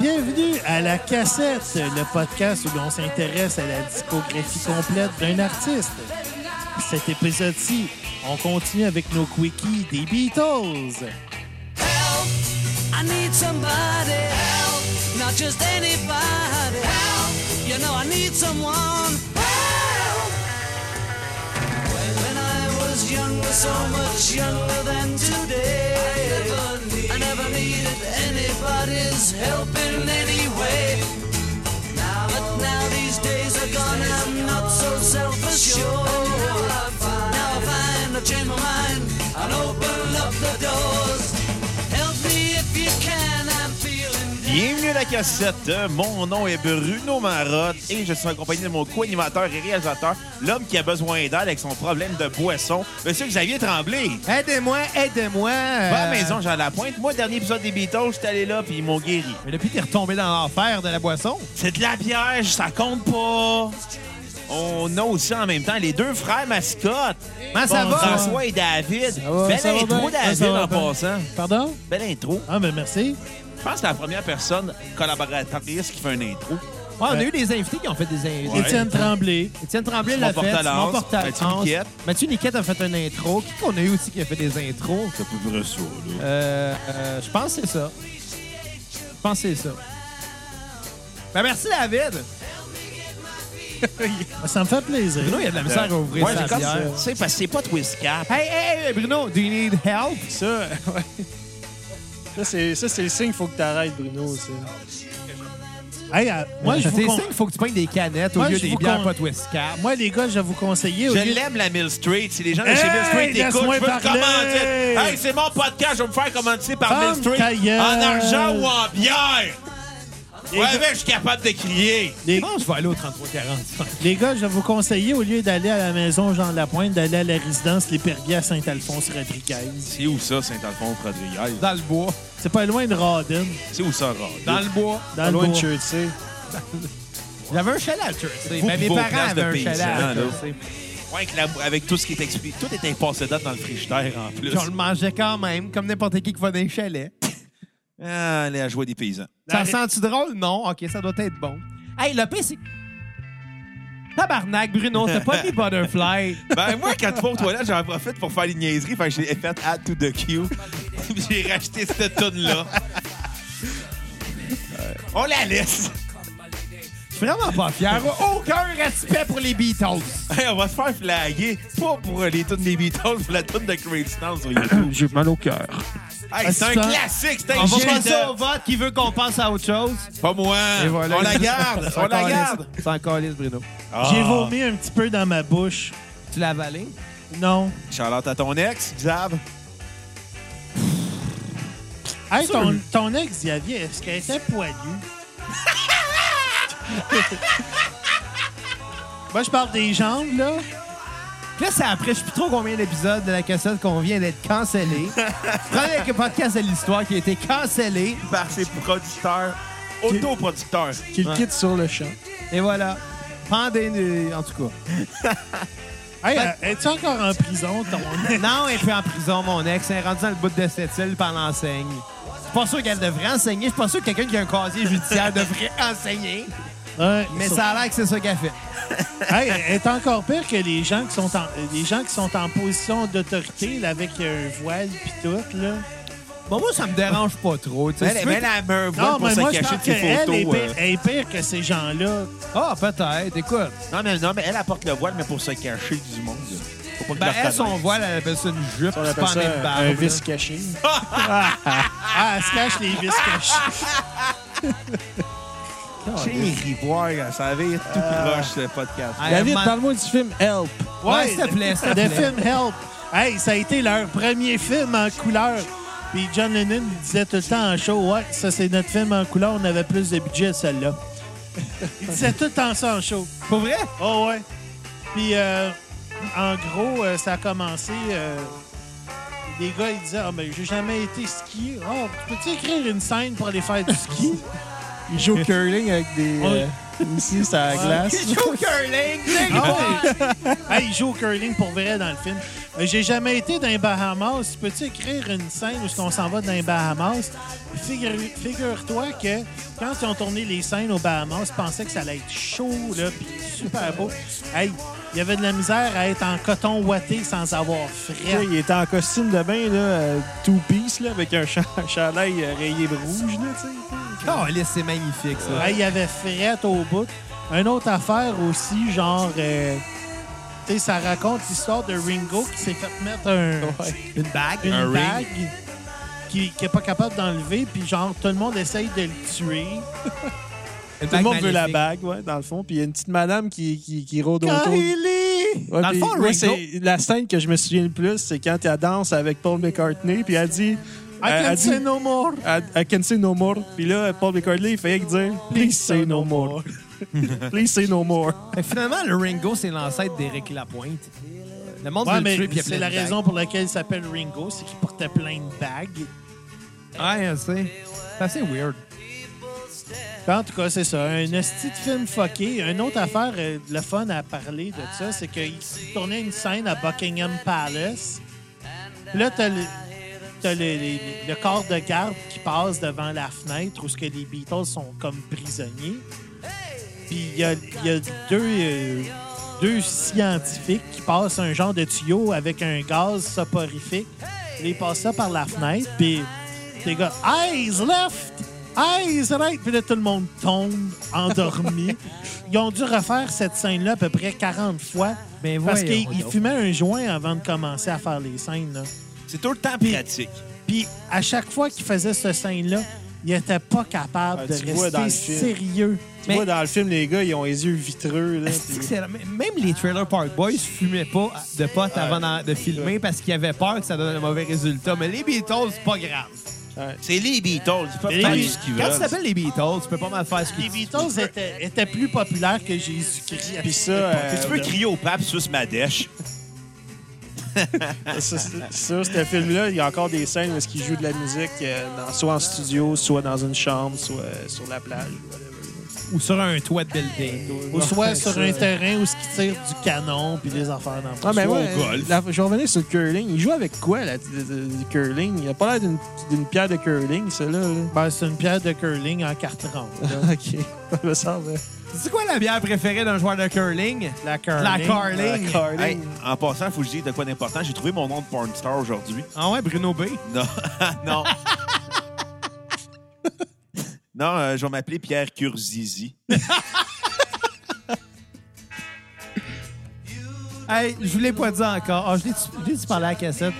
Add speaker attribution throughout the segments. Speaker 1: Bienvenue à La Cassette, le podcast où l'on s'intéresse à la discographie complète d'un artiste. Cet épisode-ci, on continue avec nos quickies des Beatles.
Speaker 2: Help! I need somebody. Help! Not just anybody. Help! You know I need someone. Help! When, when I was younger, so much younger than today, I never, need, I never needed anybody's help in any way. Now, but now these days are gone, I'm not so self-assured. Now I find I've changed my mind and open up the doors. Help me if you can, I'm feeling
Speaker 3: Bienvenue à la cassette. Mon nom est Bruno Marotte et je suis accompagné de mon co-animateur et réalisateur, l'homme qui a besoin d'aide avec son problème de boisson, Monsieur Xavier Tremblay.
Speaker 4: Aidez-moi, aidez-moi.
Speaker 3: Va à la
Speaker 4: Euh,
Speaker 3: maison, j'ai la pointe. Moi, dernier épisode des Beatles, j'étais allé là puis ils m'ont guéri.
Speaker 4: Mais depuis, t'es retombé dans l'enfer de la boisson.
Speaker 3: C'est de la bière, ça compte pas. On a aussi en même temps les deux frères mascottes.
Speaker 1: Ben,
Speaker 4: Comment ça va?
Speaker 3: François et David.
Speaker 1: va,
Speaker 3: Belle
Speaker 1: hein? ça va
Speaker 3: intro,
Speaker 1: bien. Ah,
Speaker 3: David,
Speaker 1: ça va
Speaker 3: en
Speaker 1: bien.
Speaker 3: passant.
Speaker 1: Pardon?
Speaker 3: Belle intro.
Speaker 1: Ah, ben merci.
Speaker 3: Je pense que c'est la première personne collaboratrice qui fait une intro.
Speaker 4: Ouais, on a eu des invités qui ont fait des invités.
Speaker 3: Ouais.
Speaker 1: Étienne Tremblay.
Speaker 4: Étienne Tremblay
Speaker 3: Simon
Speaker 4: l'a fait.
Speaker 3: Portalance,
Speaker 4: Simon
Speaker 3: Mathieu Niquette.
Speaker 4: Mathieu Niquette a fait un intro. Qui qu'on a eu aussi qui a fait des intros?
Speaker 3: C'est plus vrai ça, là.
Speaker 4: Euh, euh, je pense que c'est ça. Je pense que c'est ça. Ben, merci, David.
Speaker 1: Ça me fait plaisir.
Speaker 4: Bruno, il y a de la misère à ouvrir
Speaker 3: ouais,
Speaker 4: sa
Speaker 3: j'ai comme-
Speaker 4: bière.
Speaker 3: Tu sais, parce que c'est pas Twist Cap.
Speaker 4: Hey, hey, hey, Bruno, do you need help?
Speaker 5: Ça, ouais. Ça, c'est, ça, c'est le signe qu'il faut que t'arrêtes, Bruno. ça.
Speaker 1: Hey, euh, moi, je
Speaker 4: C'est
Speaker 1: vous con-
Speaker 4: signe qu'il faut que tu prennes des canettes au
Speaker 1: Moi,
Speaker 4: lieu
Speaker 1: je
Speaker 4: des
Speaker 1: vous
Speaker 4: bières
Speaker 1: con-
Speaker 4: pas Twist Cap.
Speaker 1: moi, les gars, je vais vous conseiller. au
Speaker 3: Je
Speaker 1: lieu-
Speaker 3: l'aime, la Mill Street. Si les gens de
Speaker 1: Hey,
Speaker 3: chez Mill Street t'écoutent,
Speaker 1: laisse-moi
Speaker 3: je veux te
Speaker 1: parler.
Speaker 3: commenter. Hey, c'est mon podcast, je vais me faire commenter par
Speaker 1: Ferme
Speaker 3: Mill
Speaker 1: ta
Speaker 3: Street.
Speaker 1: gueule.
Speaker 3: En argent ou en bière.
Speaker 1: Les
Speaker 3: Ouais,
Speaker 1: gars-
Speaker 3: mais je suis capable de crier.
Speaker 1: les,
Speaker 4: Je pense que je vais aller au 3345.
Speaker 1: les gars, je vais vous conseiller, au lieu d'aller à la maison Jean Lapointe, d'aller à la résidence Les Perriers à Saint-Alphonse-Rodriguez.
Speaker 3: C'est où ça, Saint-Alphonse-Rodriguez?
Speaker 4: Dans le bois.
Speaker 1: C'est pas loin de Rawdon.
Speaker 3: C'est où ça,
Speaker 4: Dans le bois.
Speaker 1: Dans
Speaker 5: Pas
Speaker 1: le
Speaker 5: loin de
Speaker 1: bois.
Speaker 5: Churchill.
Speaker 4: J'avais un chalet à Jersey.
Speaker 3: Vous
Speaker 4: Ben,
Speaker 3: pis
Speaker 4: mes
Speaker 3: vos
Speaker 4: parents
Speaker 3: places de
Speaker 4: avaient un chalet
Speaker 3: paysans, là.
Speaker 4: à Jersey.
Speaker 3: avec, la- avec tout ce qui est expliqué. Tout était passé date dans le frigidaire, en plus.
Speaker 4: Puis on le mangeait quand même, comme n'importe qui qui va dans les chalets.
Speaker 3: Ah, allez, à jouer des paysans.
Speaker 4: Ça
Speaker 1: Arrête.
Speaker 4: sent-tu drôle? Non. OK, ça doit être bon. Hey, le pire, c'est... Tabarnak, Bruno, t'as pas mis Butterfly.
Speaker 3: Ben, moi, quand tu vas aux toilettes, j'en profite pour faire les niaiseries. Fait que j'ai fait Add to the queue. Puis j'ai racheté cette tonne-là. On la laisse.
Speaker 4: Je suis vraiment pas fier. Aucun respect pour les Beatles.
Speaker 3: Hey, on va se faire flaguer. Pas pour euh, les tunes des Beatles, pour la tune de Crazy Town sur YouTube.
Speaker 4: J'ai mal au cœur.
Speaker 3: Hey, c'est un
Speaker 1: Assistant.
Speaker 3: classique. C'est un
Speaker 4: On va
Speaker 3: chef
Speaker 4: passer au
Speaker 3: de-
Speaker 4: vote qui veut qu'on pense à autre chose.
Speaker 3: Pas moi.
Speaker 4: Et voilà. Ah.
Speaker 3: On la garde.
Speaker 4: Sans
Speaker 3: on la
Speaker 4: calice.
Speaker 3: garde.
Speaker 4: Sans calice, Bruno.
Speaker 5: Ah.
Speaker 1: J'ai vomi un petit peu dans ma bouche.
Speaker 4: Tu l'as avalé?
Speaker 1: Non.
Speaker 3: Charlotte Ah. à ton ex, Xav.
Speaker 1: Hey, ton, ton ex, Xavier, est-ce qu'elle était poilue? Moi, je parle des jambes, là.
Speaker 4: Là, c'est après, je sais plus trop combien d'épisodes de la cassette qu'on vient d'être cancellé. Prenez avec le podcast de l'histoire qui a été cancellé.
Speaker 3: Par ses producteurs. Autoproducteurs.
Speaker 5: Qu'il quitte sur le champ.
Speaker 4: Et voilà. Pendez, en tout cas.
Speaker 1: Hey, euh, es-tu encore en prison, ton ex?
Speaker 4: Non, elle est plus en prison, mon ex. Elle est rendue dans le bout de cette île par l'enseigne. Je suis pas sûr qu'elle devrait enseigner. Je suis pas sûr que quelqu'un qui a un casier judiciaire devrait enseigner.
Speaker 1: Ouais,
Speaker 4: Mais
Speaker 1: sur-
Speaker 4: ça a l'air que c'est ça qu'elle fait.
Speaker 1: Hey, elle est encore pire que les gens qui sont en, les gens qui sont en position d'autorité, là, avec euh, un voile pis tout, là.
Speaker 4: Bon, moi, ça me dérange pas trop. tu sais.
Speaker 5: Ben,
Speaker 3: Mais
Speaker 4: Si tu
Speaker 3: elle
Speaker 4: veux
Speaker 3: mais elle a un voile
Speaker 1: Non,
Speaker 3: pour
Speaker 1: mais
Speaker 3: se
Speaker 1: moi, je
Speaker 3: cacher
Speaker 1: pense
Speaker 3: de ses
Speaker 1: qu'elle est,
Speaker 3: photos.
Speaker 1: pire-
Speaker 3: euh.
Speaker 1: elle est pire que ces gens-là.
Speaker 5: ben,
Speaker 4: que- Ah, peut-être. Écoute.
Speaker 3: euh. Non, mais, non, mais elle apporte le voile, mais pour se cacher du monde. là. Faut pas que
Speaker 4: Ben,
Speaker 3: leur
Speaker 4: elle, son
Speaker 3: reconnaisse.
Speaker 4: voile, elle appelle ça une jupe.
Speaker 5: On
Speaker 4: C'est
Speaker 5: appelle
Speaker 4: pas en
Speaker 5: ça
Speaker 4: même
Speaker 5: un,
Speaker 4: barbe,
Speaker 5: un
Speaker 4: là.
Speaker 5: vice caché.
Speaker 1: Ah, elle se cache les vis cachés.
Speaker 3: Ah, Chérie, voir, ça avait tout proche, ce podcast.
Speaker 4: Elle
Speaker 5: David,
Speaker 4: man-
Speaker 5: parle-moi du film Help.
Speaker 4: Ouais, s'il te plaît, s'il te
Speaker 1: Le
Speaker 4: plaît.
Speaker 1: film Help. Hey, ça a été leur premier film en couleur. Puis John Lennon il disait tout le temps en show, ouais, ça c'est notre film en couleur, on avait plus de budget celle-là. il disait tout le temps ça en show.
Speaker 4: Pour vrai?
Speaker 1: Oh ouais. Puis euh, en gros, euh, ça a commencé. euh, les gars, ils disaient, ah ben j'ai jamais été Ah, skier. Oh, peux-tu écrire une scène pour aller faire du ski?
Speaker 5: Il joue au curling avec des.
Speaker 1: On-
Speaker 5: euh, Ici, ça a glace.
Speaker 4: Il joue au curling!
Speaker 1: Ah ouais. Hey, il joue au curling pour vrai dans le film. Euh, J'ai jamais été dans les Bahamas. Peux-tu écrire une scène où on s'en va dans les Bahamas? Figure- Figure-toi que quand ils ont tourné les scènes aux Bahamas, ils pensaient que ça allait être chaud, là, puis super beau. Hey, il y avait de la misère à être en coton ouaté sans avoir
Speaker 5: Là,
Speaker 1: frais.
Speaker 5: Ah, il était en costume de bain, là, euh, two-piece, là, avec un cha- chandail euh, rayé de rouge, là, tu sais.
Speaker 4: Calisse, Oh, c'est magnifique, ça.
Speaker 1: Ouais, il y avait frette au bout. Une autre affaire aussi, genre, euh, tu sais, ça raconte l'histoire de Ringo qui s'est fait mettre un,
Speaker 5: Ouais.
Speaker 4: Une bague.
Speaker 1: une
Speaker 3: Un ring.
Speaker 1: bague qui n'est pas capable d'enlever, puis genre, tout le monde essaye de le tuer.
Speaker 4: Une
Speaker 5: Tout le
Speaker 4: bague
Speaker 5: monde veut la
Speaker 4: magnifique.
Speaker 5: bague, ouais, dans le fond. Puis il y a une petite madame qui, qui, qui rôde
Speaker 4: Ah,
Speaker 5: autour.
Speaker 1: Kylie!
Speaker 4: Dans
Speaker 5: Ouais,
Speaker 4: le
Speaker 5: puis
Speaker 4: fond,
Speaker 5: moi,
Speaker 4: Ringo-
Speaker 5: c'est la scène que je me souviens le plus, c'est quand elle danse avec Paul McCartney, puis elle dit... euh,
Speaker 1: I can
Speaker 5: elle dit-
Speaker 1: say no more!
Speaker 5: I, I can say no more. Puis là, Paul McCartney, il fallait dire Please say no more. Please say no more.
Speaker 4: Fait que Finalement, le Ringo, c'est l'ancêtre d'Éric Lapointe. Le monde
Speaker 1: Ouais,
Speaker 4: veut le
Speaker 1: mais
Speaker 4: tuer, puis il y a
Speaker 1: c'est
Speaker 4: plein
Speaker 1: la
Speaker 4: de bagues.
Speaker 1: raison pour laquelle il s'appelle Ringo, c'est qu'il portait plein de bagues.
Speaker 4: Ouais, c'est... C'est assez weird.
Speaker 1: En tout cas, c'est ça. Un esti de film fucké. Une autre affaire, euh, le fun à parler de ça, c'est qu'il tournait une scène à Buckingham Palace. Puis Là, t'as le, t'as le- le- le corps de garde qui passe devant la fenêtre où ce que les Beatles sont comme prisonniers. Puis il y a, il y a deux, euh, deux scientifiques qui passent un genre de tuyau avec un gaz soporifique. Ils passent ça par la fenêtre, puis les gars, eyes left, eyes right, puis là tout le monde tombe endormi. Ils ont dû refaire cette scène-là à peu près 40 fois.
Speaker 4: Ben
Speaker 1: parce
Speaker 4: voyons
Speaker 1: qu'ils ils
Speaker 4: donc.
Speaker 1: fumaient un joint avant de commencer à faire les scènes. là.
Speaker 3: C'est tout le temps pratique.
Speaker 1: Puis à chaque fois qu'ils faisaient cette scène-là, ils n'étaient pas capables
Speaker 5: Ah,
Speaker 1: de
Speaker 5: tu vois dans
Speaker 1: rester
Speaker 5: le film.
Speaker 1: sérieux.
Speaker 5: Tu
Speaker 4: Mais-
Speaker 5: vois, dans le film, les gars, ils ont les yeux vitreux. Là,
Speaker 4: Asti que
Speaker 5: puis-
Speaker 4: c'est- Même les Trailer Park Boys fumaient pas de potes avant d'en- de filmer parce qu'ils avaient peur que ça donne un mauvais résultat. Mais les Beatles, c'est pas grave.
Speaker 3: Euh, C'est les Beatles. Ils peuvent
Speaker 1: Mais
Speaker 3: faire
Speaker 1: les-
Speaker 3: ce qu'ils
Speaker 4: Quand tu
Speaker 3: veulent.
Speaker 4: t'appelles les Beatles, tu peux pas mal faire ce que
Speaker 1: Les
Speaker 4: tu
Speaker 1: Beatles étaient, étaient plus populaires que Jésus-Christ. à
Speaker 5: Puis ça,
Speaker 1: cette
Speaker 5: euh,
Speaker 1: époque-là.
Speaker 3: Tu peux crier au pape sur ma dèche.
Speaker 5: ça, c'est- ça, ce film-là, il y a encore des scènes où est-ce qu'ils jouent de la musique, euh, dans- soit en studio, soit dans une chambre, soit euh, sur la plage. whatever.
Speaker 4: Ou sur un toit de building.
Speaker 1: Ou soit
Speaker 5: Ouais,
Speaker 1: sur
Speaker 5: ça.
Speaker 1: un terrain où ce qui tire du canon puis des affaires dans le
Speaker 4: ben
Speaker 5: Ah, mais
Speaker 3: Soit
Speaker 5: ouais,
Speaker 3: au golf.
Speaker 5: la- je revenais sur le curling. Il joue avec quoi, là, le- le- le curling? Il a pas l'air d'une- d'une pierre de curling, celle-là. là.
Speaker 1: Ben, c'est une pierre de curling en carte ronde. là.
Speaker 5: OK. Ça me semble. euh,
Speaker 4: C'est quoi la bière préférée d'un joueur de curling?
Speaker 1: La curling.
Speaker 4: La curling.
Speaker 5: Le curling.
Speaker 3: Hey, en passant, il faut que je dise de quoi d'important. J'ai trouvé mon nom de pornstar aujourd'hui.
Speaker 4: Ah ouais, Bruno B.
Speaker 3: Non. non. non, euh, je vais m'appeler Pierre Curzizi.
Speaker 4: Hey, je voulais pas dire encore. Ah, je l'ai- je l'ai-tu parlé à la cassette?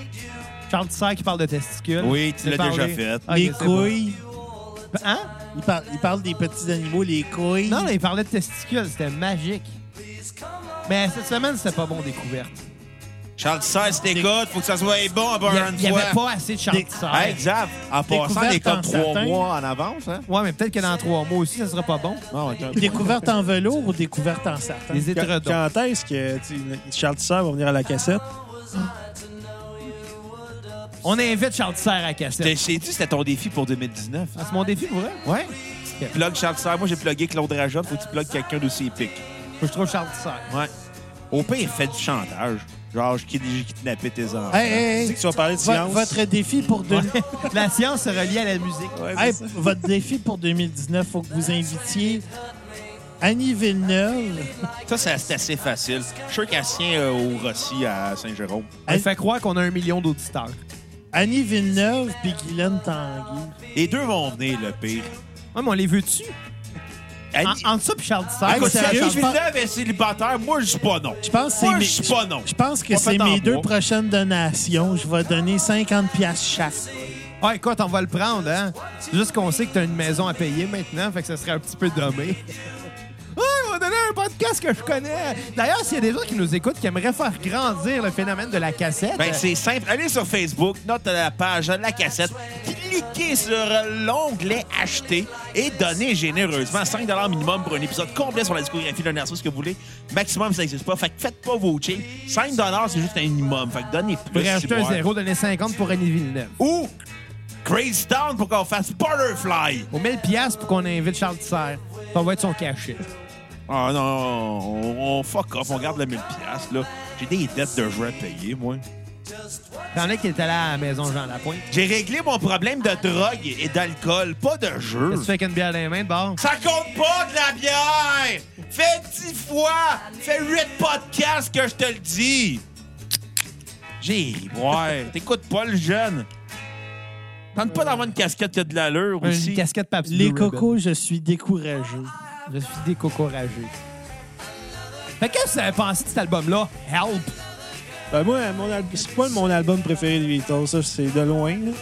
Speaker 4: Charles Tissère qui parle de testicules.
Speaker 3: Oui, tu
Speaker 4: J'ai
Speaker 3: l'as déjà
Speaker 4: parlé.
Speaker 3: fait.
Speaker 4: Ah,
Speaker 1: les
Speaker 4: je sais pas.
Speaker 1: couilles.
Speaker 4: Hein?
Speaker 1: Il, par- il parle des petits animaux, les couilles.
Speaker 4: Non, là, il parlait de testicules. C'était magique. Mais cette semaine, c'était pas bon découverte.
Speaker 3: Charles XVI, c'était good. Faut que ça soit bon à
Speaker 4: Il y a-
Speaker 3: bonne
Speaker 4: il y
Speaker 3: fois.
Speaker 4: avait pas assez de Charles
Speaker 1: Des-
Speaker 4: Tissère.
Speaker 3: Hey, exact. En passant,
Speaker 1: Découverte
Speaker 3: les
Speaker 1: en
Speaker 3: comme trois
Speaker 1: satin.
Speaker 3: mois en avance. Hein?
Speaker 4: Ouais, mais peut-être que dans trois mois aussi, ça sera pas bon.
Speaker 3: Non, ok.
Speaker 1: Découverte en velours ou découverte en satin?
Speaker 4: Les
Speaker 5: Quand,
Speaker 4: étredons.
Speaker 5: quand est-ce que tu- Charles Tissot va venir à la cassette?
Speaker 4: On invite Charles Tissère à la cassette.
Speaker 3: T'as- J'ai dit c'était ton défi pour 2019.
Speaker 4: Ah, C'est mon défi pour vrai?
Speaker 3: Ouais. Plug Charles Tissère. Moi, j'ai plugué Claude Rajot. Faut que tu plugues quelqu'un d'aussi épique.
Speaker 4: Faut que je trouve Charles Tissère.
Speaker 3: Ouais. Au pire, fais du chantage. Genre, je kid- j'ai kidnappé tes enfants.
Speaker 1: Hey, hey, hey.
Speaker 5: Tu sais que tu vas parler de
Speaker 1: Vo-
Speaker 5: science?
Speaker 1: votre défi pour deux-
Speaker 4: La science se relie à la musique.
Speaker 5: Ouais, c'est
Speaker 1: Hey,
Speaker 5: ça.
Speaker 1: votre défi pour 2019, faut que vous invitiez Annie Villeneuve.
Speaker 3: Ça, c'est c'est assez facile. Je suis sûr qu'elle se tient euh, au Rossi à Saint-Jérôme.
Speaker 4: Elle fait croire qu'on a un million d'auditeurs.
Speaker 1: Annie Villeneuve puis Guylaine Tanguy.
Speaker 3: Les deux vont venir, le pire.
Speaker 4: Ouais, mais on les veut-tu? En,
Speaker 3: Annie-
Speaker 4: en dessous, puis Charles Tissère.
Speaker 1: Ah,
Speaker 3: Écoute,
Speaker 1: sérieux,
Speaker 3: sérieux,
Speaker 1: je
Speaker 3: je
Speaker 1: pense-
Speaker 3: est célibataire. Moi, je suis pas non.
Speaker 1: Je pense que c'est
Speaker 3: Moi,
Speaker 1: mes-
Speaker 3: je suis pas non.
Speaker 1: Je pense que
Speaker 3: Pas
Speaker 1: c'est
Speaker 3: fait en
Speaker 1: mes deux
Speaker 3: bois.
Speaker 1: prochaines donations. Je vais donner 50 piastres chaque.
Speaker 4: Ah, écoute, on va le prendre, hein? C'est juste qu'on sait que t'as une maison à payer maintenant, fait que ça serait un petit peu dommé. Ah, on va donner un podcast que je connais. D'ailleurs, s'il y a des gens qui nous écoutent qui aimeraient faire grandir le phénomène de la cassette,
Speaker 3: Ben, c'est simple. Allez sur Facebook, note à la page de la cassette, cliquez sur l'onglet Acheter et donnez généreusement 5 minimum pour un épisode complet sur la discographie d'un artiste que vous voulez. Maximum, ça n'existe pas. Fait que faites pas vos chips. 5 c'est juste un minimum. Fait que donnez
Speaker 4: on
Speaker 3: plus.
Speaker 4: pourrait acheter
Speaker 3: si
Speaker 4: un
Speaker 3: moi.
Speaker 4: zéro, donner 50 pour Annie Villeneuve.
Speaker 3: Ou Crazy Town pour qu'on fasse Butterfly.
Speaker 4: Ou 1000 piastres pour qu'on invite Charles Tissère. Ça va être son cachet.
Speaker 3: Ah non, on, on fuck off, on garde le 1000 piastres, là. J'ai des dettes de jeu à payer, moi.
Speaker 4: T'en as qui est allé à la maison Jean Lapointe.
Speaker 3: J'ai réglé mon problème de drogue et d'alcool, pas de jeu.
Speaker 4: Qu'est-ce que tu fais avec une bière dans les mains de bord?
Speaker 3: Ça compte pas de la bière! Fais 10 fois! Fais 8 podcasts que je te le dis! J'ai ri, ouais. T'écoutes pas le jeune. Tente pas d'avoir une casquette qui a de l'allure aussi.
Speaker 4: Une casquette papier.
Speaker 1: Les cocos, je suis découragé.
Speaker 4: Je suis décocoragé. Fait qu'est-ce que vous avez pensé de cet album-là? Help!
Speaker 5: Ben moi, mon al- c'est pas mon album préféré des Beatles, ça, c'est de loin. là.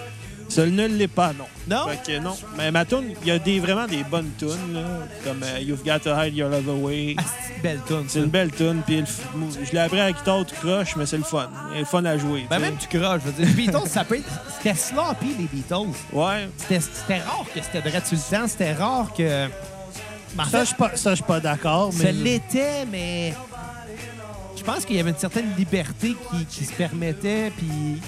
Speaker 5: Ça ne l'est pas, non.
Speaker 4: Non?
Speaker 3: Ben,
Speaker 5: Fait que non. Mais ma tune, il y a des, vraiment des bonnes tunes, là, comme euh, You've Got to Hide Your Love Away.
Speaker 4: Ah, c'est une belle tune, ça.
Speaker 5: C'est une belle tune, puis le f- je l'ai appris à la guitare tout croche, mais c'est le fun. Il est le fun à jouer.
Speaker 4: Ben
Speaker 5: tu sais.
Speaker 4: même tu croches, je veux dire. Les Beatles, ça peut être... C'était sloppy, les Beatles.
Speaker 5: Ouais.
Speaker 4: C'était- C'était rare que c'était vrai sur le temps. C'était rare que... Mais en
Speaker 1: Ça,
Speaker 4: fait,
Speaker 1: je suis pas, ça, je suis pas d'accord, mais.
Speaker 4: ça l'était, mais... Je pense qu'il y avait une certaine liberté qui, qui se permettait, puis...